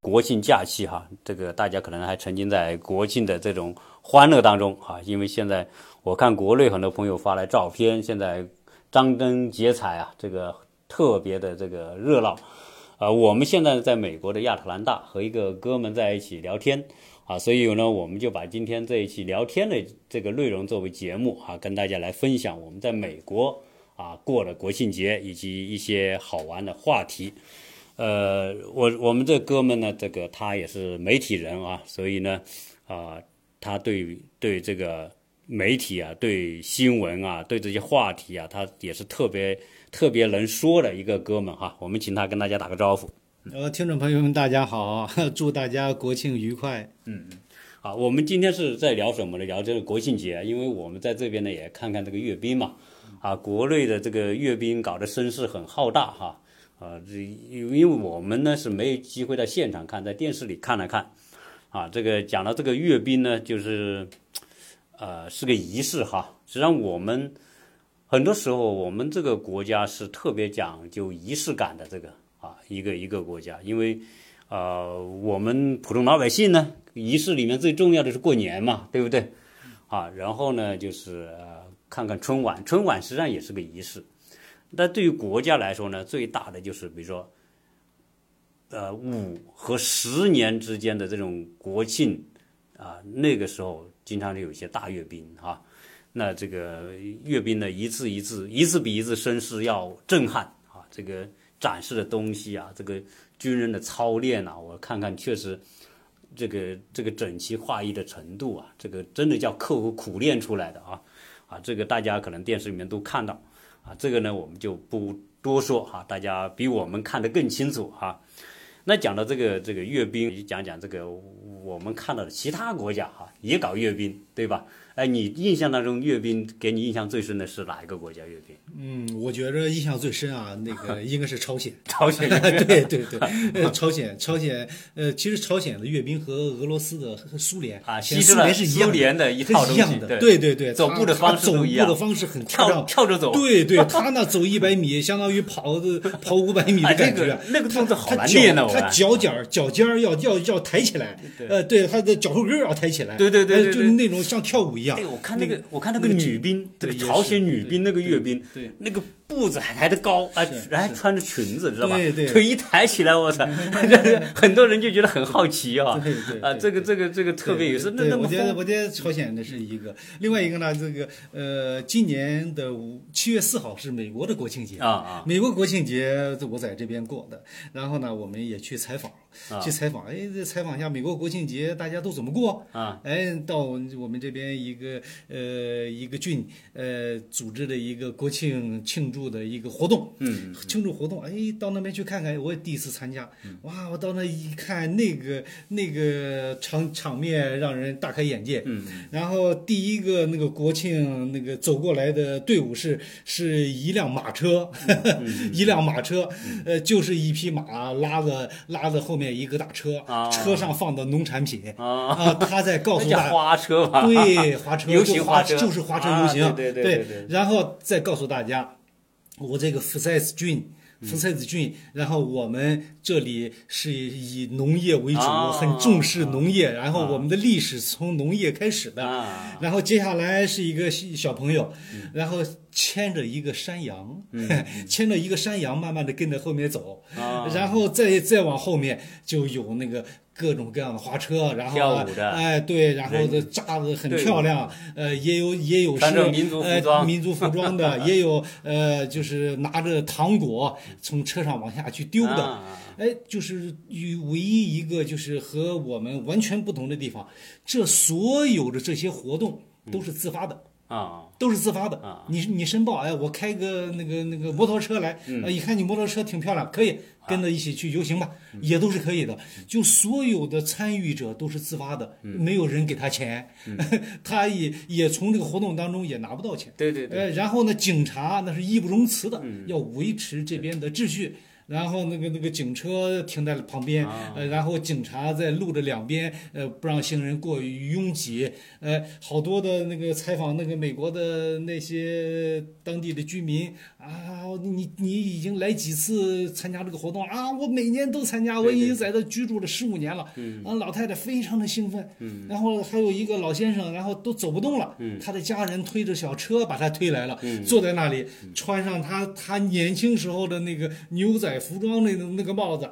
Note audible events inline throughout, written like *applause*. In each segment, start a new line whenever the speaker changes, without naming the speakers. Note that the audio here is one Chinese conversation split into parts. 国庆假期哈，这个大家可能还沉浸在国庆的这种欢乐当中啊，因为现在我看国内很多朋友发来照片，现在张灯结彩啊，这个特别的这个热闹。啊、呃，我们现在在美国的亚特兰大和一个哥们在一起聊天啊，所以呢，我们就把今天这一期聊天的这个内容作为节目啊，跟大家来分享我们在美国啊过了国庆节以及一些好玩的话题。呃，我我们这哥们呢，这个他也是媒体人啊，所以呢，啊、呃，他对对这个媒体啊，对新闻啊，对这些话题啊，他也是特别。特别能说的一个哥们哈，我们请他跟大家打个招呼。
呃，听众朋友们，大家好，啊 *laughs* 祝大家国庆愉快。
嗯嗯，好，我们今天是在聊什么呢？聊这个国庆节，啊因为我们在这边呢也看看这个阅兵嘛。啊，国内的这个阅兵搞得声势很浩大哈。啊，这因为我们呢是没有机会在现场看，在电视里看了看。啊，这个讲到这个阅兵呢，就是呃是个仪式哈。实际上我们。很多时候，我们这个国家是特别讲究仪式感的，这个啊，一个一个国家，因为，呃，我们普通老百姓呢，仪式里面最重要的是过年嘛，对不对？啊，然后呢，就是呃，看看春晚，春晚实际上也是个仪式。但对于国家来说呢，最大的就是比如说，呃，五和十年之间的这种国庆啊，那个时候经常就有一些大阅兵啊。那这个阅兵呢，一次一次，一次比一次声势要震撼啊！这个展示的东西啊，这个军人的操练啊，我看看确实，这个这个整齐划一的程度啊，这个真的叫刻苦苦练出来的啊！啊，这个大家可能电视里面都看到啊，这个呢我们就不多说哈、啊，大家比我们看得更清楚哈、啊。那讲到这个这个阅兵，讲讲这个我们看到的其他国家哈、啊、也搞阅兵，对吧？哎，你印象当中阅兵给你印象最深的是哪一个国家阅兵？
嗯，我觉着印象最深啊，
*laughs*
那个应该是朝鲜。
朝鲜
对对对，呃，朝鲜，朝鲜，呃，其实朝鲜的阅兵和俄罗斯的、和苏联
啊，
其实苏联
是
一样
的，
的
一套
一样的，
对
对对，
走步的方式
走步
的
方式很
跳跳着走，
*laughs* 对对，他那走一百米， *laughs* 相当于跑的跑五百米的感
觉，啊
哎、
那个动作、那个、好难啊
练
呢，
他脚脚脚尖要要要抬起来，呃，对，他的脚后跟要抬起来，
对对对,对,对、
呃，就是那种像跳舞一样。
哎，我看那个，我看那个女兵，这个朝鲜女兵那个阅兵，
对
那个步子还抬得高，啊，还穿着裙子，知道吧？
对对，
腿一抬起来，我操， *laughs* 很多人就觉得很好奇
啊，对对
啊，这个这个这个特别有意思。那
那我觉得我觉得朝鲜的是一个，另外一个呢，这个呃，今年的五七月四号是美国的国庆节
啊啊，
美国国庆节我在这边过的，然后呢，我们也去采访，
啊
去采访，哎，采访一下美国国庆节大家都怎么过
啊？
哎，到我们这边一个呃一个郡呃组织的一个国庆庆祝的一个活动，
嗯，
庆祝活动，哎，到那边去看看，我也第一次参加，
嗯
哇，我到那一看，那个那个场场面让人大开眼界，
嗯，
然后第一个那个国庆那个走过来的队伍是是一辆马车，
嗯
*laughs* 一辆马车，呃，就是一匹马拉着拉着后面一个大车，车上放的农产品啊，他在告诉大
啊家花车吧，
对，花车
游行
花
车啊
就是花车游行，
对
对
对，
然后再告诉大家。我这个福赛子郡，
嗯
福赛子郡，然后我们这里是以农业为主，
啊、
很重视农业。然后我们的历史从农业开始的。
啊、
然后接下来是一个小朋友，嗯、然后牵着一个山羊， *laughs*
嗯、
牵着一个山羊，慢慢的跟着后面走。
啊、
然后再再往后面就有那个。各种各样的花车，然后
跳舞的，
哎，对，然后这扎的很漂亮，呃，也有也有是
民族服
装、
呃、
民族服
*laughs*
装的，也有呃，就是拿着糖果从车上往下去丢的，
啊、
哎，就是与唯一一个就是和我们完全不同的地方，这所有的这些活动都是自发的。
嗯啊，
都是自发的
啊！
你你申报，哎，我开个那个那个摩托车来，
嗯啊
呃，一看你摩托车挺漂亮，可以跟着一起去游行吧，
嗯
也都是可以的。就所有的参与者都是自发的，
嗯
没有人给他钱， *laughs* 他也也从这个活动当中也拿不到钱。
对对对，
呃，然后呢，警察那是义不容辞的
嗯，
要维持这边的秩序。然后那个那个警车停在了旁边，
啊
呃，然后警察在路的两边，呃，不让行人过于拥挤，呃，好多的那个采访那个美国的那些当地的居民啊，你你已经来几次参加这个活动啊？我每年都参加，我已经在这居住了十五年了。嗯，啊，老太太非常的兴奋，嗯，然后还有一个老先生，然后都走不动了，嗯，他的家人推着小车把他推来了，嗯，坐在那里，穿上他他年轻时候的那个牛仔服装那那个帽子。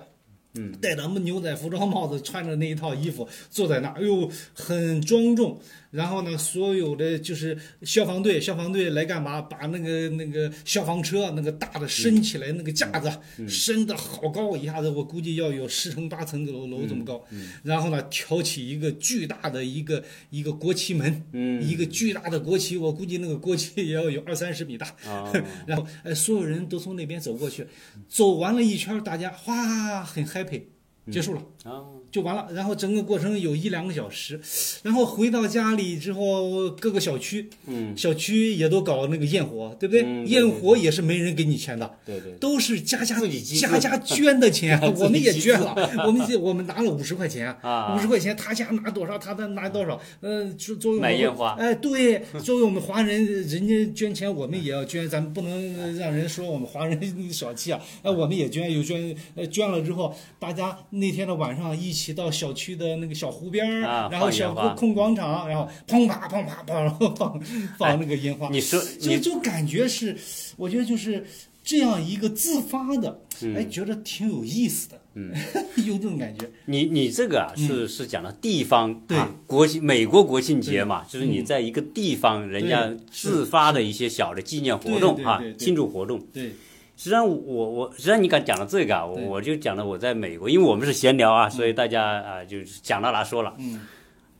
嗯，
戴咱们牛仔服装帽子，穿着那一套衣服坐在那儿，哎呦，很庄重。然后呢，所有的就是消防队，消防队来干嘛？把那个那个消防车那个大的升起来，那个架子、升的好高，一下子我估计要有十层八层楼楼这么高。然后呢，挑起一个巨大的一个一个国旗门，一个巨大的国旗，我估计那个国旗也要有二三十米大。
啊，
*laughs* 然后呃，所有人都从那边走过去，走完了一圈，大家哗很 happy，结束了。
啊，
就完了。然后整个过程有一两个小时，然后回到家里之后，各个小区，
嗯，
小区也都搞那个焰火，对不对？
嗯对
焰火也是没人给你钱的，
对对，
都是家家
自己集资
家家捐的
*laughs*
钱
自己，
我们也
集资
捐了， *laughs* 我们也我们拿了五十块钱，
啊 *laughs*
五十块钱他家拿多少，他家拿多少，呃，作作为我
买
们
烟花
哎，对，作为我们华人，人家捐钱我们也要捐，咱们不能让人说我们华人小
*laughs*
气啊，哎，我们也捐，有捐，呃，捐了之后，大家那天的晚上一起到小区的那个小湖边儿，
啊
然后
放烟
小
花
湖空广场，然后砰啪砰啪砰，然后放放那个烟花，
你说
就
你
就感觉是，我觉得就是这样一个自发的，
嗯
哎，觉得挺有意思的，嗯， *laughs* 有这种感觉，
你你这个啊是是讲到地方
嗯对嗯
啊国庆美国国庆节嘛，就是你在一个地方人家
对
自发的一些小的纪念活动
对
啊
对对，对
庆祝活动。
对，
实际上我，我我实际上你敢讲到这个啊，我
对
我就讲了我在美国，因为我们是闲聊啊，所以大家啊、就是讲到哪说了。
嗯，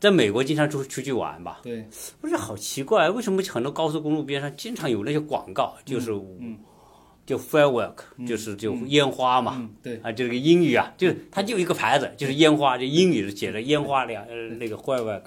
在美国经常出出去玩吧，
对，
我觉得好奇怪，为什么很多高速公路边上经常有那些广告，就是、
嗯
就 firework，、就是就烟花嘛。
嗯，对，
啊，就这个英语啊，就是它就一个牌子，就是烟花，就英语写着烟花两呃那个 firework。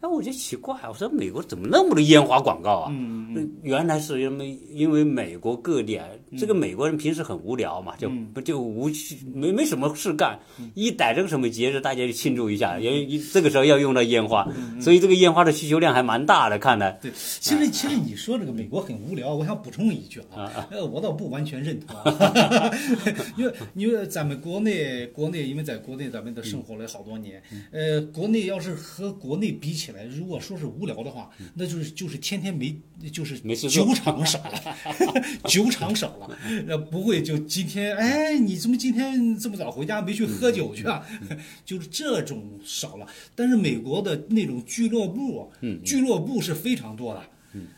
哎，我就奇怪，我说美国怎么那么多烟花广告啊？
嗯嗯
原来是因为因为美国各地啊，这个美国人平时很无聊嘛，就不就无趣，没没什么事干，
嗯
一逮着个什么节日，大家就庆祝一下，因为一这个时候要用到烟花，
嗯
所以这个烟花的需求量还蛮大的，看来。
对，其
哎
实其实你说这个美国很无聊，我想补充一句啊，呃，我倒不完全认同啊， *laughs* 因为因为咱们国内国内，因为在国内咱们都生活了好多年，
嗯
呃，国内要是和国内比起来，如果说是无聊的话，那就是就是天天没就是
嗯没事做
酒场少了，酒场少了，呃，不会就今天哎，你怎么今天这么早回家没去喝酒去啊？ *laughs* 就是这种少了，但是美国的那种俱乐部，啊俱乐部是非常多的。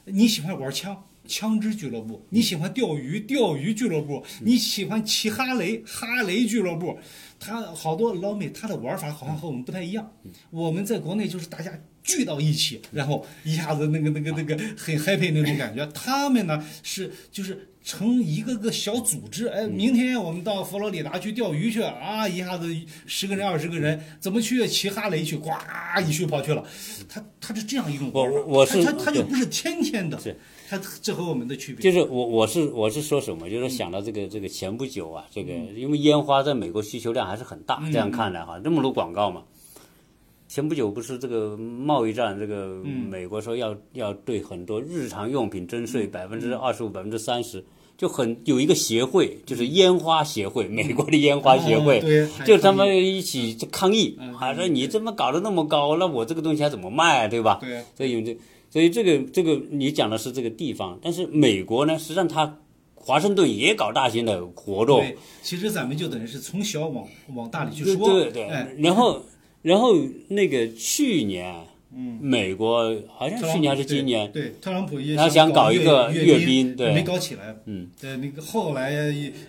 你喜欢玩枪，枪支俱乐部；你喜欢钓鱼，钓鱼俱乐部；你喜欢骑哈雷，哈雷俱乐部。它好多老美，它的玩法好像和我们不太一样。我们在国内就是大家聚到一起，然后一下子那个那个那个很 happy 那种感觉。他们呢是就是成一个个小组织，
嗯
哎，明天我们到佛罗里达去钓鱼去啊！一下子十个人二十个人，怎么去？骑哈雷去，呱一去跑去了。他他是这样一种玩法，
我我是
他他他就
对
不是天天的
是，
他这和我们的区别。
就是我我是我是说什么，就是想到这个这个前不久啊，这个因为烟花在美国需求量还是很大，这样看来哈，那么多广告嘛。前不久不是这个贸易战，这个美国说要要对很多日常用品征税百分之二十五、百分之三十，就很有一个协会，就是烟花协会，美国的烟花协
啊
会，
对，
就他
还
们一起就抗议
嗯，
啊，说你这么搞得那么高，那我这个东西还怎么卖，对吧？
对，
所以有这，所以这个这个你讲的是这个地方，但是美国呢，实际上它华盛顿也搞大型的活动，
对，其实咱们就等于是从小往往大里去
对
说，
对对
哎，
然后然后那个去年，嗯，美国好像
特朗
哎
普
去年还是今年，
对，对特朗普也
他想搞一个
阅
阅兵对
没搞起来。
嗯，
呃，那个后来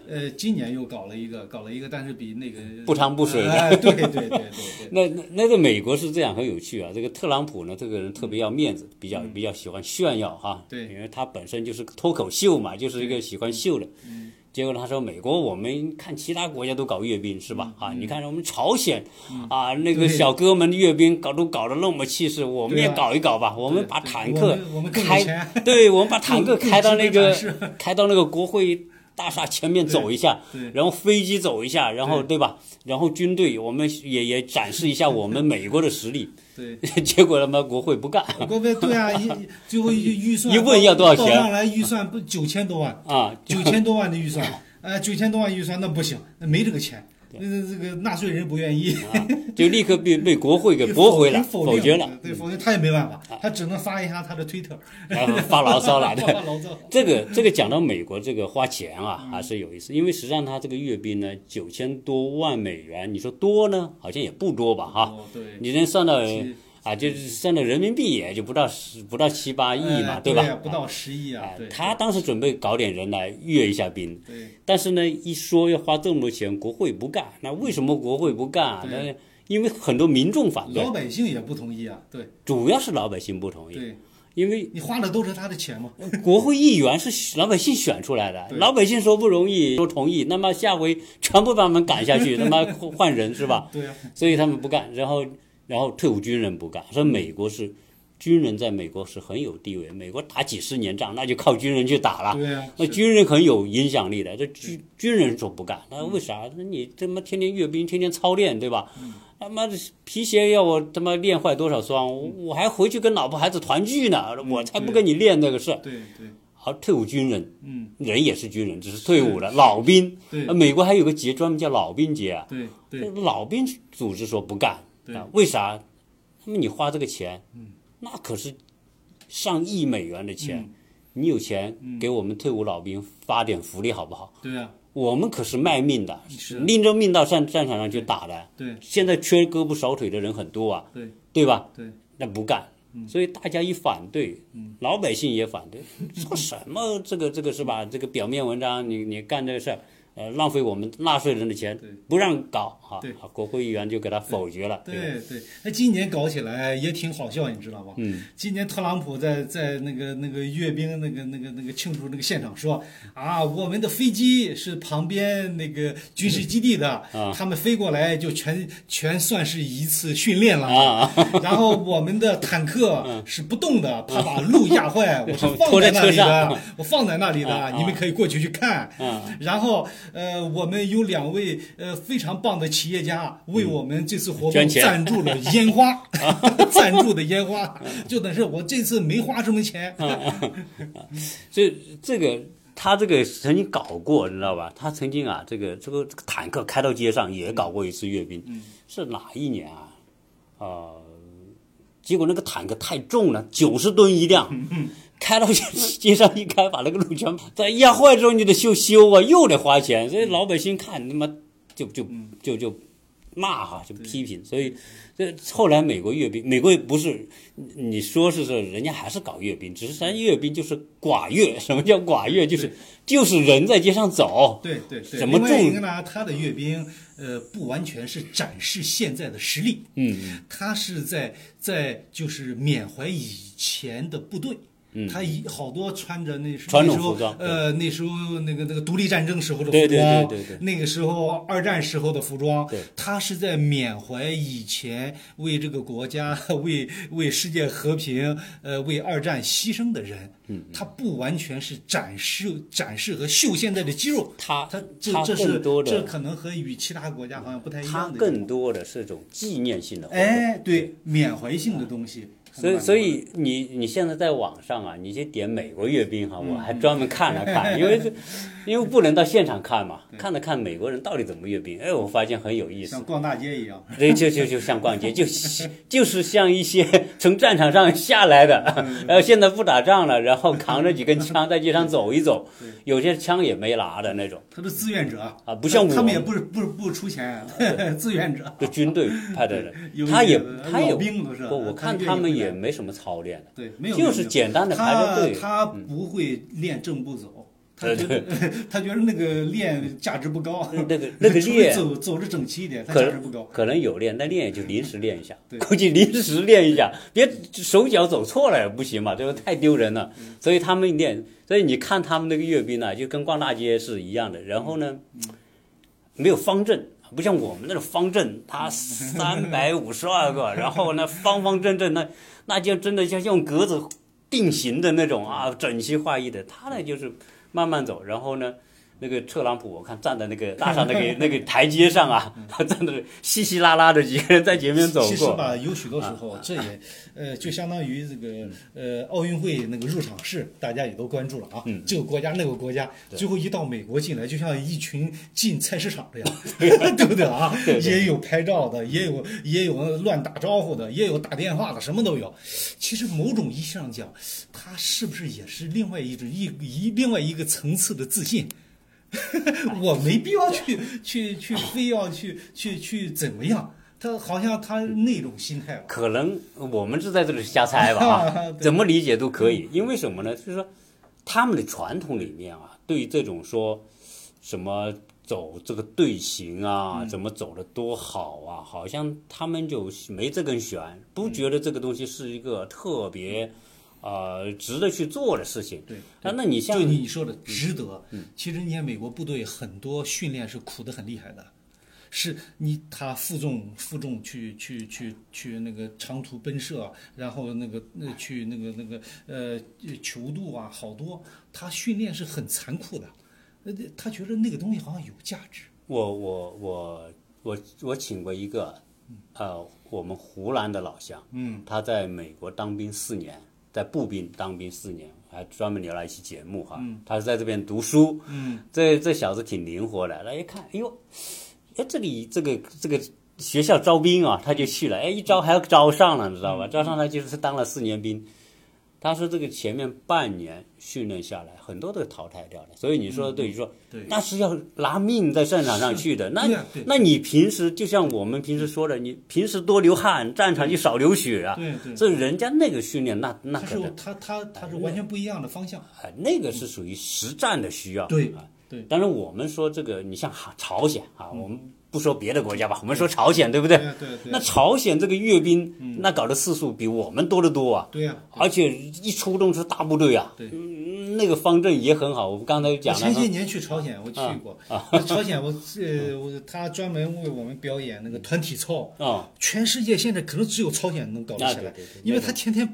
呃，今年又搞了一个，搞了一个，但是比那个
不汤不水的
哎对对对对对，
那那那个美国是这样，很有趣啊。这个特朗普呢，这个人特别要面子，比较比较喜欢炫耀哈。
嗯对
因为他本身就是个脱口秀嘛，就是一个喜欢秀的。
嗯
嗯结果他说，美国我们看其他国家都搞阅兵是吧？啊，你看我们朝鲜啊，那个
嗯对
小哥们阅兵搞都搞得那么气势，我们
对啊
也搞一搞吧。 *laughs* 我们
对
把
对
坦
我
克
们我们更有
开
钱，
对，我们把坦克
更
开到
更
那
资本
个
展示
开到那个国会大厦前面走一下，
对，
然后飞机走一下，然后对吧？然后军队，我们也也展示一
*laughs*
下我们美国的实力。 *laughs*
对，
结果他妈国会不干
国别对啊，一最后预预算
一问要多少钱
报上来预算不九千多万，
啊！
九千多万的预
*laughs*
算，呃，九千多万预算那不行，那没这个钱，那这个纳税人不愿意，
就立刻被被国会给驳回了，
*laughs* 否
否
定
决了，嗯啊
对，否决他也没办法，他只能发一下他的推特，
然
*laughs*
后发牢骚哦了。对， *laughs*
发牢骚，
这个这个讲到美国这个花钱啊，还是有意思，因为实际上它这个阅兵呢，九千多万美元，你说多呢，好像也不多吧，哈，
哦，对，
你能算到
七
啊，就是算到人民币也就不到十不到七八亿嘛，
哎对呀
吧？
不到十亿啊
啊，
对，，
他当时准备搞点人来阅一下兵，
对，
但是呢，一说要花这么多钱，国会不干，那为什么国会不干啊？
对
那因为很多民众反啊对
老，百姓也不同意啊，对，
主要是老百姓不同意，
对
因为
你花的都是他的钱嘛，
国会议员是老百姓选出来的，
对
老百姓说不容易都同意，那么下回全部把他们赶下
*laughs*
去，他妈换人是吧？
对呀，啊
所以他们不干，然后然后退伍军人不干，说美国是军人在美国是很有地位，美国打几十年仗那就靠军人去打了。
对呀，
啊那军人很有影响力的，这军军人说不干，那为啥？那你他妈天天阅兵，天天操练，对吧？
嗯
他妈的皮鞋要我他妈练坏多少双，我
嗯
我还回去跟老婆孩子团聚呢，我才不跟你练那个事儿。
对对，
好，退伍军人，
嗯，
人也是军人，只是退伍了，老兵。
对
呃美国还有个节专门叫老兵节啊，
对对。
老兵组织说不干，
对嗯
啊，为啥？那么你花这个钱，那可是上亿美元的钱，
嗯
你有钱给我们退伍老兵发点福利好不好？
对啊，
我们可是卖命的，
是啊
拎着命到战战场上去打的。
对
现在缺胳膊少腿的人很多啊，
对
对吧？
对，
那不干。
嗯
所以大家一反对，老百姓也反对，说什么这个这个是吧？这个表面文章，你你干这个事儿，呃，浪费我们纳税人的钱
对，
不让搞啊
对！
啊国会议员就给他否决了。吧
对对，哎，今年搞起来也挺好笑，你知道吧？嗯，今年特朗普在在那个那个阅兵那个那个那个庆祝那个现场说啊，我们的飞机是旁边那个军事基地的，
嗯啊
他们飞过来就全全算是一次训练了。
啊，
然后我们的坦克是不动的，怕把路压坏，我是放
拖在
在那
车
里
上嗯
的，我放在那里的，你们可以过去去看。然后呃，我们有两位呃非常棒的企业家为我们这次
嗯
活
捐
动
钱
赞助了烟花， *laughs* 赞助的烟花，就等是我这次没花什么钱。
这这个他这个曾经搞过，你知道吧？他曾经啊，这个这个这个坦克开到街上也搞过一次阅兵，
嗯
是哪一年啊？呃，结果那个坦克太重了，九十吨一辆，
嗯
开到街街上一开，把那个路全再压坏之后，你得修修啊，又得花钱，所以老百姓看他妈就就就就骂哈，就批评，所以这后来美国阅兵，美国也不是你你说是说，人家还是搞阅兵，只是咱阅兵就是寡阅，什么叫寡阅？就是就是人在街上走，
对对对，
怎么
另外
重
一个呢？他的阅兵，呃，不完全是展示现在的实力，嗯，他是在在就是缅怀以前的部队。他以好多穿着那
嗯
时
传
那
统
时候
服装对
呃，那时候那个那个独立战争时候的服装，
对对对对对
那个时候二战时候的服装
对，
他是在缅怀以前为这个国家、 *laughs* 为为世界和平、呃为二战牺牲的人。嗯，他不完全是展示展示和秀现在的肌肉，
他
他这
他
这
更
是
多
这
的
可能和与其他国家好像不太一
他
样的地方。
更多的是种纪念性的活动。
哎，对，缅怀性的东西。
所以，
很
所
蛮多的
以你你现在在网上啊，你去点美国阅兵哈、
嗯
我还专门看了
*laughs*
看，因为这因为不能到现场看嘛，看了看美国人到底怎么阅兵。哎，我发现很有意思
嗯像，逛大街一样。
对，就就就像逛街，就就是像一些从战场上下来的，
嗯
然后现在不打仗了，然后扛着几根枪在街上走一
*laughs*
走，有些枪也没拿的那种，
他的志愿者
啊不像我
他们也不是不是不出钱， *laughs* 志愿者。
就军队派的人
*laughs* 有，
他也
有的
他也
老兵都是啊
不我
他
看
们
他们
愿意回来
也没什么操练的，
对，没有，
就
没
是
有
简单的排
他
着队嗯
他不会练正步走，他
对
觉得他觉得那个练价值不高，
那个那
*laughs*
个
除非
练
走走着整齐一点，他
可
价值
能
不高。
可能有练，但练也就临时练一下
对，
估计临时练一下，别手脚走错了也不行嘛，这个太丢人了。所以他们练，所以你看他们那个阅兵呢、就跟逛大街是一样的。然后呢，没有方阵，不像我们那种方阵，它三百五十二个，然后呢方方正正，那那就真的像用格子定型的那种啊，整齐划一的。他呢就是慢慢走，然后呢，那个特朗普，我看站在那个大上那个那个台阶上啊， *laughs* 站的稀稀拉拉的几个人在前面走
*laughs* 其实
过。啊
吧，有许多时候，这也呃，就相当于这个呃奥运会那个入场式，大家也都关注了啊。
嗯
这个国家那个国家，最后一到美国进来，就像一群进菜市场这样，对不对啊？
*laughs* 对对
也有拍照的，也有也有乱打招呼的，也有打电话的，什么都有。其实某种意义上讲，它是不是也是另外一种一一另外一个层次的自信？ *laughs* 我没必要去去去非要去去去怎么样。他好像他那种心态吧，
可能我们是在这里瞎猜吧，啊
*laughs* 对
怎么理解都可以。因为什么呢？就是说他们的传统里面啊，对于这种说什么走这个队形啊，
嗯
怎么走的多好啊，好像他们就没这根弦，不觉得这个东西是一个特别呃值得去做的事情。
对
啊，那你像嗯
就你说的值得。其实你看美国部队很多训练是苦得很厉害的，是你他负重负重去去去去那个长途奔射，然后那个那去那个那个呃求度啊，好多他训练是很残酷的，呃他觉得那个东西好像有价值。
我我我我我请过一个，呃，我们湖南的老乡，嗯，他在美国当兵四年，在步兵当兵四年，还专门留了一期节目哈，他是在这边读书，嗯，这这小子挺灵活的，来一看，哎呦，哎这里这个这个。学校招兵啊，他就去了，哎，一招还要招上了，你知道吧？招上来就是当了四年兵，他说这个前面半年训练下来，很多都淘汰掉了。所以你说的对，你说那是要拿命在战场上去的。那
对啊对
那你平时就像我们平时说的，你平时多流汗，战场就少流血啊。
对对
这人家那个训练，那那可
他
哎
是
能
他他他是完全不一样的方向。
哎那个是属于实战的需要。
对
啊
对嗯
当然我们说这个，你像哈朝鲜啊，我们不说别的国家吧，我们说朝鲜，对不对？
对对对嗯
那朝鲜这个阅兵，那搞的次数比我们多得多啊。
对呀、
而且一出动是大部队啊，
对啊
嗯，那个方阵也很好。我们刚才
我
讲嗯了
前，些年去朝鲜，我去过。
啊
朝鲜我，呃，我他专门为我们表演那个团体操。
啊，
全世界现在可能只有朝鲜能搞得起
啊对
来
对对，
因为他天天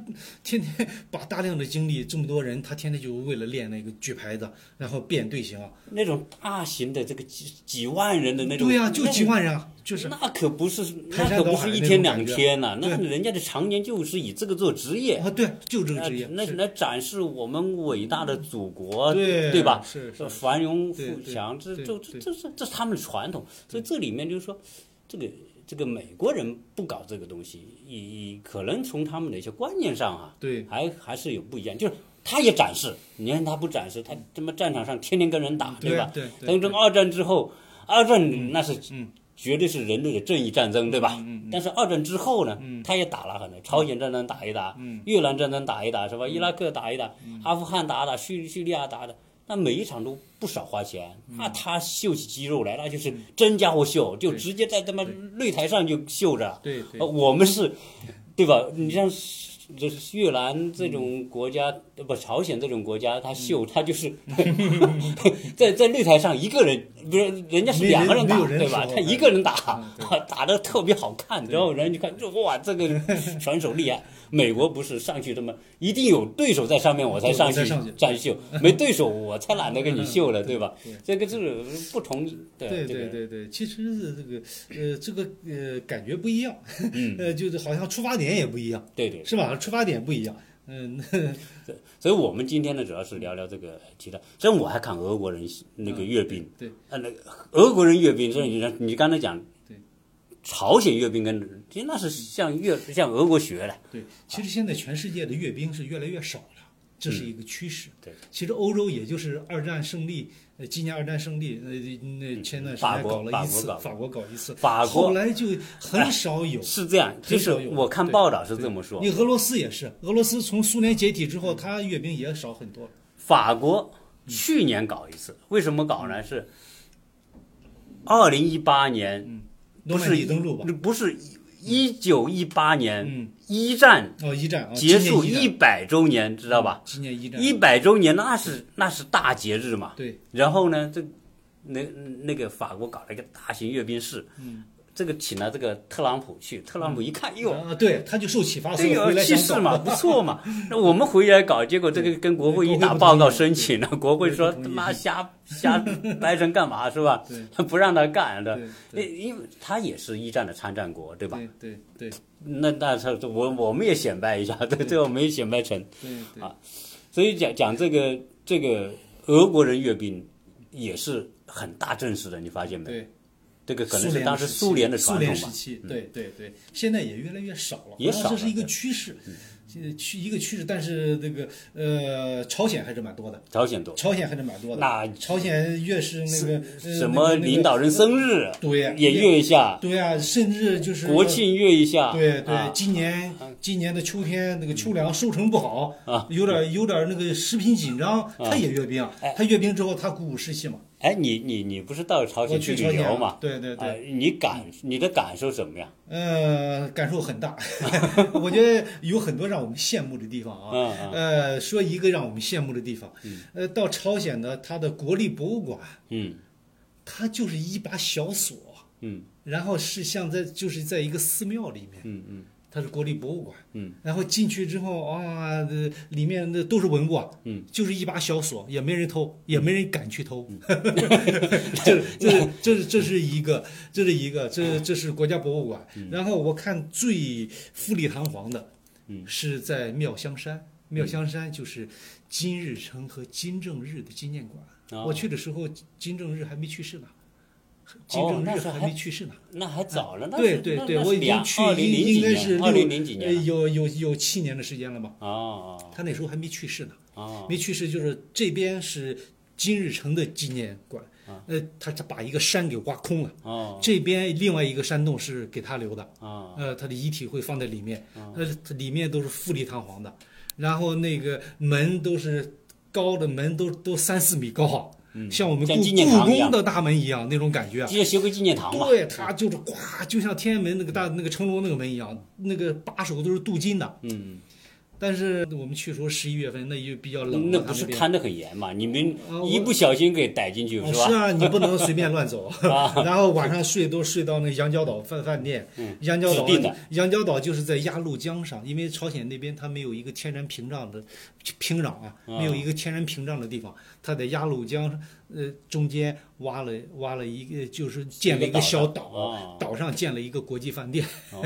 天天把大量的精力，这么多人，他天天就为了练那个举牌子，然后变队形啊。
那种大型的这个几几万人的那种，
对呀、就几
万，
万人啊，就是
那可不是，
排
那
山
可
倒
不
海
是
那
一
种
天
感
两
觉
天呐、那
对
人家的常年就是以这个做职业，
啊，对，就这个
那
职业，
那
是
那展示我们伟大的祖国，
对
对吧？
是是
呃繁荣富
对对
强，这
对
这
对
这这是这是他们的传统，所以这里面就是说，这个这个美国人不搞这个东西，以以可能从他们的一些观念上啊，
对
还还是有不一样，就是。他也展示，你看他不展示，他他妈战场上天天跟人打，
对
啊吧？
对对嗯
但是从二战之后，二战那是绝对是人类的正义战争，对吧？但是二战之后呢，他也打了很多，朝鲜战争打一打，越南战争打一打，是吧？伊拉克打一打，阿富汗打打，叙叙利亚打打，那每一场都不少花钱，那他秀起肌肉来，那就是真家伙秀，就直接在他妈擂台上就秀着。
对对
呃我们是，对吧？你像这越南这种国家，呃不朝鲜这种国家，他
嗯
秀他就是 *laughs* 在在擂台上一个人，不是人家是
没
两个
人没
打
有人
对吧？
说嗯
他一个人 *laughs* 打，打的特别好看，然后人家就看这哇，这个选手厉害。美国不是上去他妈一定有对手在上面我才
对
上
我才
去
上去嗯
站秀，没对手我才懒得跟你秀了，对吧？这个是不同的
对
这
对
个
对对，其实是这个呃这个呃感觉不一样，
嗯
*laughs* 呃就是好像出发点也不一样，
对对。
是吧？出发点不一样，嗯，
所以我们今天呢，主要是聊聊这个其他。虽然我还看俄国人那个阅兵，
对，
呃，那个俄国人阅兵，所以你你刚才讲，
对，
朝鲜阅兵跟其实那是向越向俄国学的，
对，其实现在全世界的阅兵是越来越少了，这是一个趋势。
嗯对，
其实欧洲也就是二战胜利，呃，纪念二战胜利，呃，那前段
嗯
时
法
间
国
搞了
法
一
国
次
搞，
法国搞一次，
法国
后来就很少有。
是这样。就
很
是
少有
我看
对
报道是这么说嗯
你，俄罗斯也是，俄罗斯从苏联解体之后，它阅兵也少很多了。
法国去年搞一次，为什么搞呢？是二零一八年，
诺
不
曼
是
底登陆吧？
不是一九一八年
嗯
一战
哦，一战啊，
结束
纪念
一
一战
百周年，知道吧？？
纪念一战，
一百周年那是那是大节日嘛。
对。
然后呢，这那那个法国搞了一个大型阅兵式，嗯，这个请了这个特朗普去，特朗普一看，哟，
啊，对，他就受启发，所以
这
回
个
来
气
想
势
搞
嘛，不错
*laughs*
嘛。那我们回来搞，结果这个跟国会一打报告申请了，国会说他
*laughs*
妈瞎瞎掰成干嘛是吧？不让他干的，那因为他也是一战的参战国，对吧？
对对对
那那他我我们也显摆一下，对，最后没显摆成。
对对，
所以讲讲这个这个俄国人阅兵也是很大阵势的，你发现没？
对，
这个可能
苏
是
联
当
时
时
期
苏联的传
苏
统
联时
吧。嗯
期，对对对，现在也越来越少了，
也
好像
少
这是
了
一个
对嗯
趋势，这趋一个趋势，但是这个呃，朝鲜还是蛮多的，
朝鲜多，
朝鲜还是蛮多的，
那
朝鲜越是那个呃
什
那
么
个那
领
个
导人生日
对呀
也
对
阅一下，
对啊，甚至就是
国庆阅一下，
对对，
啊
今年今年的秋天那个秋粮收成不好，
嗯啊
有点有点那个食品紧张，他也阅兵，他阅兵之后他鼓舞士气嘛，
哎，你你你不是到朝
我
鲜
去
去
朝
旅
鲜
游
了
嘛？
对对
哎
对，
你感你的感受怎么样？
呃，感受很大， *laughs* 我觉得有很多让我们羡慕的地方啊，
嗯嗯
呃，说一个让我们羡慕的地方，呃，到朝鲜的它的国立博物馆，
嗯
它就是一把小锁，
嗯
然后是像在就是在一个寺庙里面。
嗯嗯
它是国立博物馆，
嗯，
然后进去之后啊，呃里面的都是文物啊，
嗯，
就是一把小锁，也没人偷，也没人敢去偷， *laughs* 这这这是这是一个，这是一个，这
嗯
这是国家博物馆。然后我看最富丽堂皇的，
嗯
是在妙香山，妙香山就是金日成和金正日的纪念馆。
哦
我去的时候，金正日还没去世呢，金正
那
日
是还
还没去世呢。
那还早了，那
对
是
对
那
对，
那
我
是
已经
两
去
二零
应
零几
应该
年
是
二
六
零零几
呃
年了
有有有七年的时间了吧？
哦
他那时候还没去世呢，
哦哦
没去世就是这边是金日成的纪念馆，
啊
呃，他他把一个山给挖空了，
哦
这边另外一个山洞是给他留的，
哦
呃，他的遗体会放在里面，
啊
呃，它里面都是富丽堂皇的，然后那个门都是高的门都都三四米高啊，像我们
嗯
故
像纪念堂
故
一样
宫的大门一样那种感觉啊。
记得协会纪念堂嘛，
对，它就是呱，就像天安门那个大那个成龙那个门一样，那个把手都是镀金的。
嗯，
但是我们去的时候十一月份，那又比较冷了，
那
他
不是
边。
看得很严嘛？你们
啊我
一不小心给逮进去
啊
是
是
吧？啊
啊，你不能随便
*laughs*
乱走。 *laughs* 然后晚上睡都睡到那个羊角岛饭饭店，羊角岛
嗯指定的
羊角岛就是在鸭绿江上，因为朝鲜那边它没有一个天然屏障的平壤啊，没有一个天然屏障的地方，它在鸭绿江呃中间挖了挖了一个，就是建了一个小岛，啊
哦
岛上建了一个国际饭店，
哦，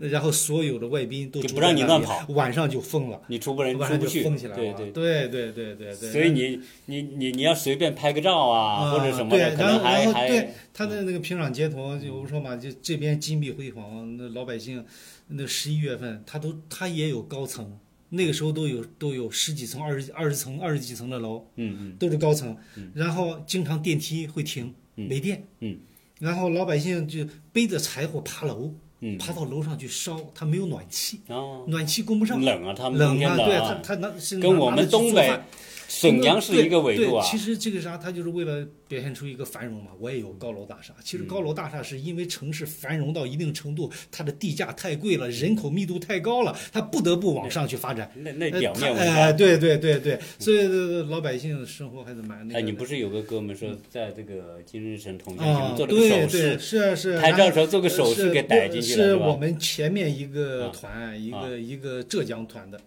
然后所有的外宾都
就
住
不让
在
你
那
乱
里
跑，
晚上就封了，
哦你出不来，出
晚上
不
就
去，
封起来
对
了，
对。
对对对对对，
所以你你你你要随便拍个照啊，或者什么
呃对，
的，可
然
能
后
还
然后
还
对他的那个平壤街头，就我说嘛，就这边金碧辉煌，那老百姓，那十一月份他都他也有高层，那个时候都有都有十几层、二十二十层、二十几层的楼，
嗯
都是高层，然后经常电梯会停，没电，
嗯，
然后老百姓就背着柴火爬楼，
嗯
爬到楼上去烧，他没有暖气，
嗯，哦，
暖气供不上，
冷啊，他们冬
冷
天
啊，
冷
对他他那是
跟
拿
我
拿
们
着去
东
做
北
饭嗯
沈阳是一个纬度啊
对对，其实这个啥，它就是为了表现出一个繁荣嘛。我也有高楼大厦，其实
嗯
高楼大厦是因为城市繁荣到一定程度，它的地价太贵了，人口密度太高了，它不得不往上去发展。
那那表面
呃
文
它哎，
化。
对对对对，所以呃老百姓生活还是蛮那个
嗯哎，
的。
你不是有个哥们说，在这个金日成铜像前
嗯啊
面，做了个
对
手
对，
势，
是啊是啊。
拍
然
照
后
的时候做个手势
是
给逮进去
呃是
了，
我
吧？
们前面一个
啊
团，一
啊
个一个浙江团的，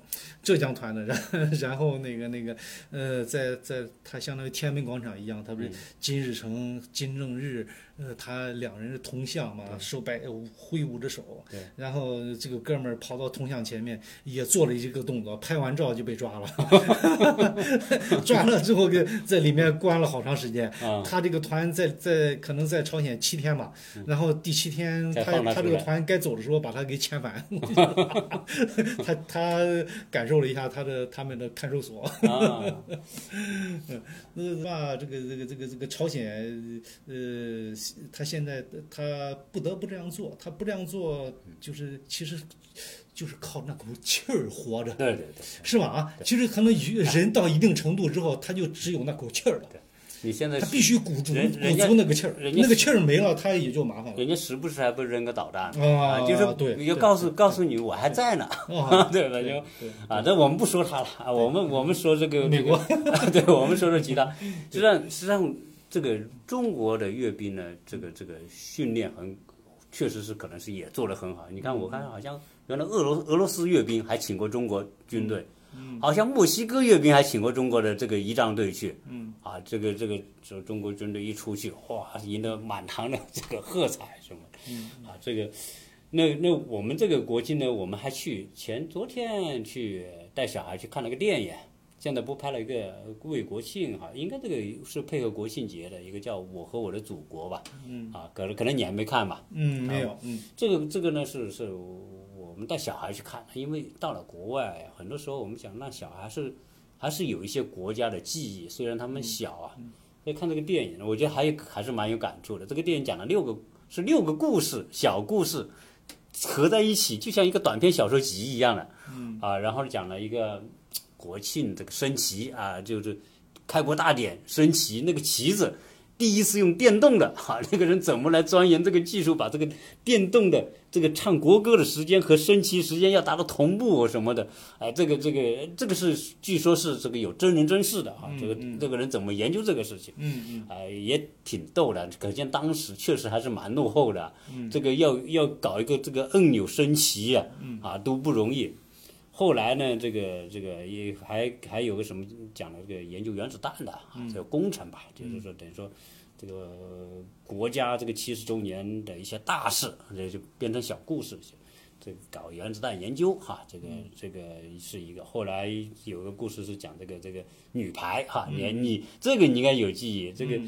浙江团的，然 *laughs* 后然后那个那个呃，在在他相当于天安门广场一样，他
嗯
不是金日成、金正日，呃，他两人是铜像嘛，手摆呃挥舞着手
对，
然后这个哥们儿跑到铜像前面也做了一个动作，拍完照就被
*laughs*
抓了，抓了之后给在里面关了好长时间。
啊，
他这个团在在可能在朝鲜七天嘛，
嗯
然后第七天
再
他
放他
他
出
这个
来
团该走的时候把他给遣
*laughs*
返，他他感受了一下他的他们的看守所，
啊，
那嘛这个这个这个这个朝鲜呃，他现在他不得不这样做，他不这样做就是其实就是靠那口气儿活着，
对对对。
是吧？啊，其实可能人到一定程度之后，他就只有那口气儿了。
你现在
他必须鼓足
人
鼓
人家
足那个气儿，
人家
那个气儿没了，他也就麻烦了。
人家时不时还不扔个导弹
啊
就是
对
你就
对
告诉告诉你我还在呢，
啊
*laughs* 对吧？就啊，但我们不说他了，啊，我们我们说这个
美国，
这个 *laughs* 啊对，我们说说其他。实际上实际上，这个中国的阅兵呢，这个这个训练很确实是可能是也做得很好。你看，我看好像原来俄罗俄罗斯阅兵还请过中国军队，
嗯
好像墨西哥阅兵还请过中国的这个仪仗队去，嗯，啊，这个这个这中国军队一出去，哇，赢得满堂的这个喝彩什么，
嗯
啊，这个。那那我们这个国庆呢，我们还去前昨天去带小孩去看了个电影，现在不拍了一个为国庆哈，应该这个是配合国庆节的一个叫《我和我的祖国》吧，嗯，啊，可能可能你还没看吧，
嗯，没有，嗯，
这个这个呢是是我们带小孩去看，因为到了国外，啊很多时候我们想让小孩是还是有一些国家的记忆，虽然他们小啊，所以看这个电影，我觉得还有还是蛮有感触的。这个电影讲了六个是六个故事，小故事。合在一起，就像一个短篇小说集一样的，啊，然后讲了一个国庆这个升旗啊，就是开国大典升旗那个旗子，第一次用电动的哈、那个人怎么来钻研这个技术，把这个电动的这个唱国歌的时间和升旗时间要达到同步什么的，哎，这个这个这个是据说是这个有真人真事的啊，这个这个人怎么研究这个事情？
嗯
啊、也挺逗的，可见当时确实还是蛮落后的。啊这个要要搞一个这个摁钮升旗啊，啊都不容易。后来呢，这个这个也还还有个什么讲了这个研究原子弹的啊，这个工程吧，就是说等于说这个呃国家这个七十周年的一些大事，这就变成小故事。这个搞原子弹研究哈，这个
嗯
这个是一个。后来有个故事是讲这个这个女排哈，
嗯
你你这个你应该有记忆。这个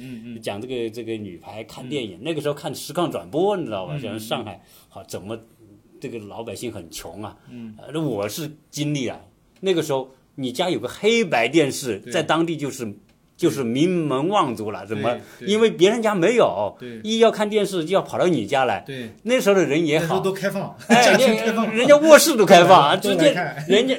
讲这个这个女排看电
嗯
影，那个时候看实况转播，你知道吧？像上海好怎么这个老百姓很穷啊？嗯，那我是经历啊，那个时候你家有个黑白电视，在当地就是。就是名门望族了，怎么？
对对
因为别人家没有
对，
一要看电视就要跑到你家来。
对，
那时候的人也
那时
好
候，都开放，
哎，
家庭开放
人，人家卧室都开放，
都
直
来
接
看
人
*laughs*
家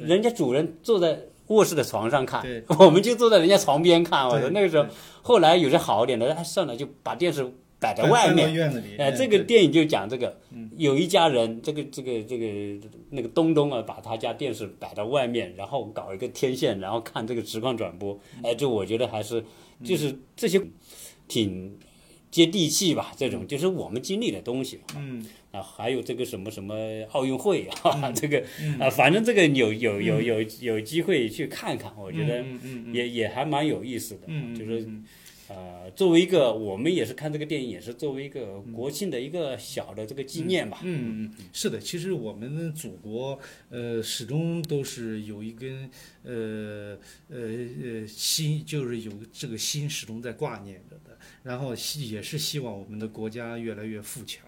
人家主人坐在卧室的床上看
对，
我们就坐在人家床边看。我说
对
那个时候，后来有些好一点的，哎，算了，就把电视摆哎在
搬
外
搬到
面。
院子里，
哎，
嗯
这个
对嗯
电影就讲这个，有一家人，这个这个这个那个东东啊，把他家电视摆到外面，然后搞一个天线，然后看这个实况转播。
嗯
哎，这我觉得还是就是这些挺接地气吧，这种就是我们经历的东西。
嗯
啊，还有这个什么什么奥运会啊，这个
嗯
啊，反正这个有有有有有机会去看看，我觉得
嗯嗯嗯
也也还蛮有意思的
嗯，
啊，
嗯
就是
嗯
呃，作为一个我们也是看这个电影，也是作为一个国庆的一个小的这个纪念吧，
嗯，嗯，是的，其实我们的祖国，呃，始终都是有一根，呃呃呃心，就是有这个心始终在挂念着的。然后希也是希望我们的国家越来越富强，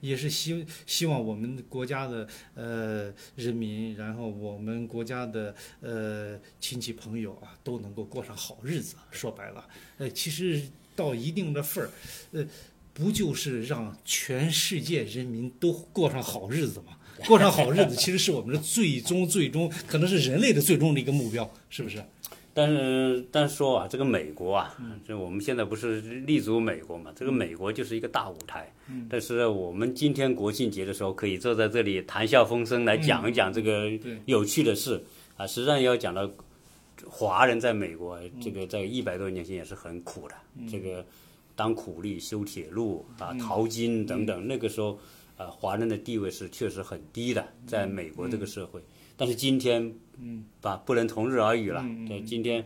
也是希希望我们国家的呃人民，然后我们国家的呃亲戚朋友啊，都能够过上好日子。说白了，呃，其实到一定的份儿，呃，不就是让全世界人民都过上好日子吗？ *laughs* 过上好日子其实是我们的最终最终，可能是人类的最终的一个目标，是不是？
但是，但是说啊，这个美国啊，这我们现在不是立足美国嘛？这个美国就是一个大舞台。但是我们今天国庆节的时候，可以坐在这里谈笑风生来讲一讲这个
对
有趣的事、啊。实际上要讲到华人在美国，这个在一百多年前也是很苦的，这个当苦力修铁路啊、淘金等等，那个时候啊，华人的地位是确实很低的，在美国这个社会。但是今天，嗯，吧，不能同日而语了。对，今天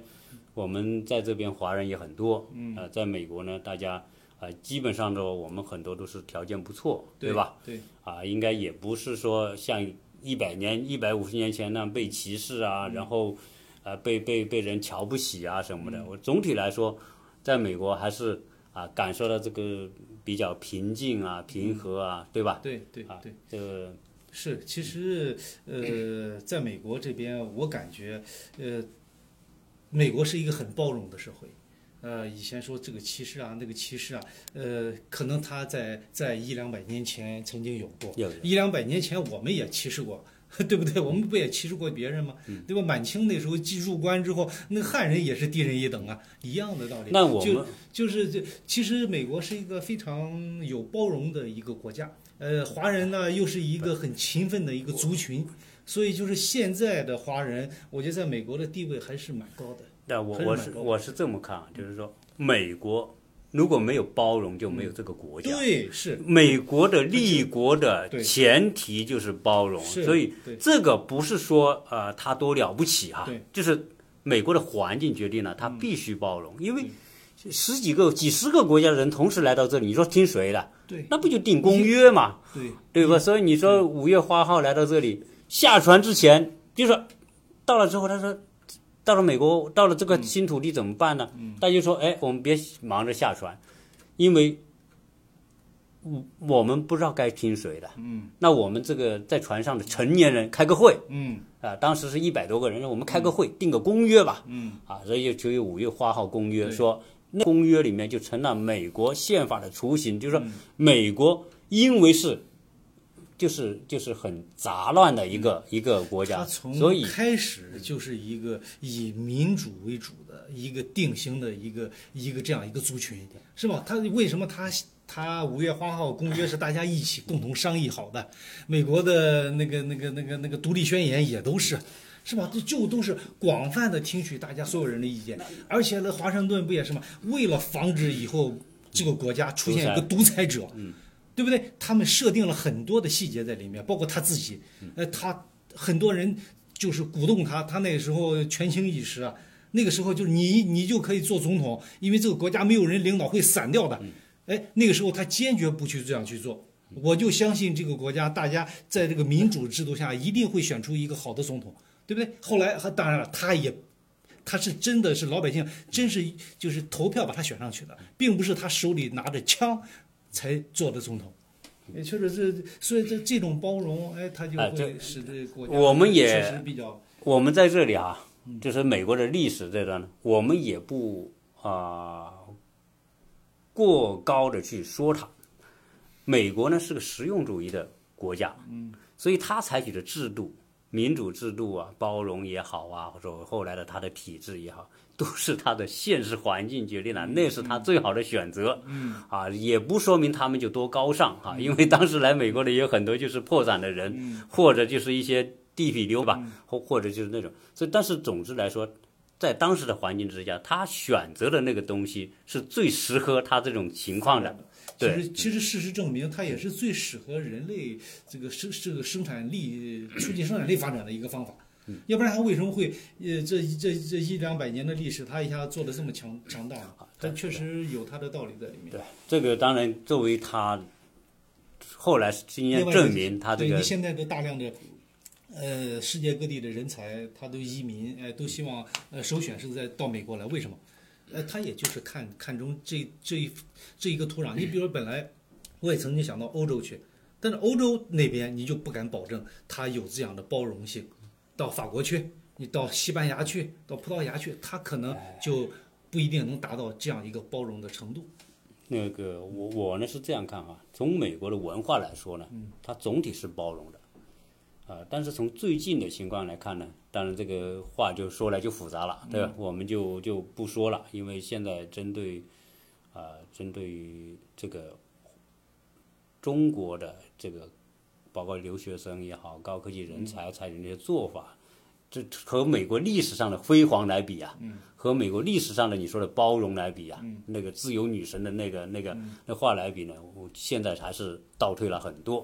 我们在这边华人也很多，嗯，呃，在美国呢，大家呃，基本上呢，我们很多都是条件不错，对吧？？
对，
啊，应该也不是说像一百年、一百五十年前那样被歧视啊，
嗯
然后呃被被被人瞧不起啊什
嗯
么的。我总体来说，在美国还是啊感受到这个比较平静啊、平和啊，对吧？
对对
啊
嗯对。，
这个
是，其实呃，
嗯
在美国这边，我感觉呃，美国是一个很包容的社会。呃，以前说这个歧视啊，那个歧视啊，呃，可能他在在一两百年前曾经有过，
有
一两百年前我们也歧视过。 *laughs* 对不对？我们不也歧视过别人吗？
嗯
对吧？满清那时候进入关之后，那汉人也是低人一等啊，一样的道理。
那我
就
们
就是这，其实美国是一个非常有包容的一个国家，呃，华人呢又是一个很勤奋的一个族群，所以就是现在的华人，我觉得在美国的地位还是蛮高的。
那我
很
我
美
是
国
我是这么看啊，就是说美国如果没有包容，就没有这个国家。
对，是
美国的立国的
对
前提就是包容，
是
所以
对
这个不是说呃它多了不起哈、
对嗯
就是美国的环境决定了它必须包容，因为十几个、几十个国家的人同时来到这里，你说听谁的？
对
那不就定公约嘛，
对
对吧？所以你说五月花号来到这里，下船之前，比如说到了之后，他说到了美国，到了这个新土地怎么办呢？大家就说，哎，我们别忙着下船，因为我我们不知道该听谁的。嗯，那我们这个在船上的成年人开个会，
嗯
啊，当时是一百多个人，我们开个会、定个公约吧。
嗯，
啊，所以就就有五月花号公约
对
说，那公约里面就成了美国宪法的雏形，就是
嗯
说美国因为是。就是就是很杂乱的一个、一个国
嗯他
家，
从
所以
开始就是一个以民主为主的一个定型的一个一个这样一个族群，是吧？他为什么他他五月花号公约是大家一起共同商议好的，美国的那个那个那个那个独立宣言也都是。是吧？这就都是广泛的听取大家所有人的意见，而且呢，华盛顿不也是吗？为了防止以后这个国家出现一个独裁者，对不对？他们设定了很多的细节在里面，包括他自己，呃，他很多人就是鼓动他，他那个时候权倾一时啊，那个时候就是你你就可以做总统，因为这个国家没有人领导会散掉的。哎，那个时候他坚决不去这样去做。我就相信这个国家，大家在这个民主制度下一定会选出一个好的总统，对不对？后来他当然了，他也他是真的是老百姓，真是就是投票把他选上去的，并不是他手里拿着枪才做的总统。也确实是，所以这这种包容，哎，他就
哎
会使这个国家
我们也
确实比较
我们在这里啊，
嗯
就是美国的历史这段，呢，我们也不啊、过高的去说它。美国呢是个实用主义的国家，嗯，所以它采取的制度、民主制度啊、包容也好啊，或者后来的它的体制也好， *laughs* 都是它的现实环境决定了，那是它最好的选择。嗯，啊，也不说明他们就多高尚啊，因为当时来美国的也有很多就是破产的人，或者就是一些地痞流吧，或、或者就是那种。所以，但是总之来说，在当时的环境之下，他选择的那个东西是最适合他这种情况的。
其
对
实，其实事实证明，它也是最适合人类这个生这个生产 *clears throat* 力促进生产力发展的一个方法。要不然它为什么会呃这这这一两百年的历史，它一下做的这么强强大呢？它确实有它的道理在里面。
对，这个当然作为他后来经验
另外一
证明，他这
对
个
你现在的大量的。呃，世界各地的人才，他都移民，哎、都希望呃首选是在到美国来。为什么？呃，他也就是看看中这这一这一个土壤。你比如本来我也曾经想到欧洲去，但是欧洲那边你就不敢保证它有这样的包容性。到法国去，你到西班牙去，到葡萄牙去，它可能就不一定能达到这样一个包容的程度。
那个我我呢是这样看啊，从美国的文化来说呢，它总体是包容的，啊、但是从最近的情况来看呢，当然这个话就说来就复杂了，对吧？我们就就不说了，因为现在针对，啊、针对这个中国的这个，包括留学生也好，高科技人才采取那些做法，这和美国历史上的辉煌来比啊，和美国历史上的你说的包容来比啊，那个自由女神的那个那个那话来比呢，我现在还是倒退了很多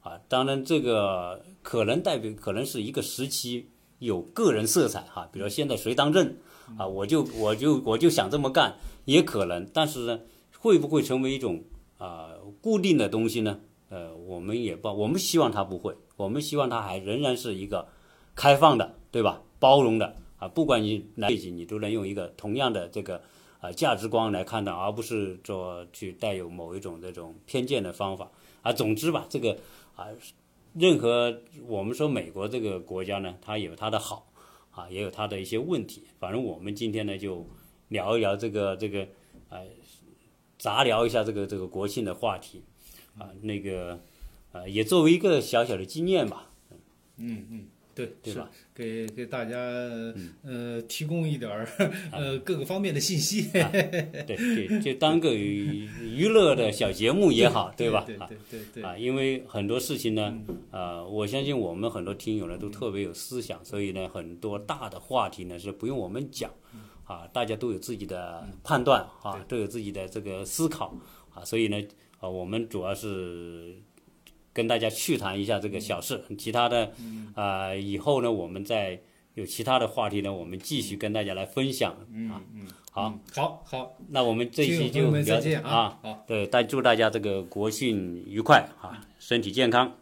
啊。当然，这个可能代表可能是一个时期有个人色彩哈、比如现在谁当政啊，我就我就我就想这么干，也可能，但是呢，会不会成为一种啊、固定的东西呢？呃，我们也不，我们希望它不会，我们希望它还仍然是一个开放的，对吧？包容的啊，不管你哪背景，你都能用一个同样的这个啊价值观来看待，而不是说去带有某一种这种偏见的方法啊。总之吧，这个啊，任何我们说美国这个国家呢，它有它的好啊，也有它的一些问题。反正我们今天呢，就聊一聊这个这个呃，杂聊一下这个这个国庆的话题啊，那个呃，也作为一个小小的经验吧。
嗯对，
对
是
吧？嗯
给给大家呃提供一点儿呃各个方面的信息，
对，就就当个娱娱乐的小节目也好，对吧？
对对对对，
啊，因为很多事情呢，呃，我相信我们
嗯
很多听友呢都特别有思想，所以呢，很多大的话题呢是不用我们讲，啊，大家都有自己的判断啊，都有自己的这个思考啊，所以呢，啊，我们主要是跟大家趣谈一下这个小事，
嗯
其他的啊、以后呢，我们再有其他的话题呢，我们继续跟大家来分享啊。好，
嗯，好好，
那我们这一期
听
就
友朋友们再
聊
见啊
啊，
好，
对，但祝大家这个国庆愉快啊，身体健康，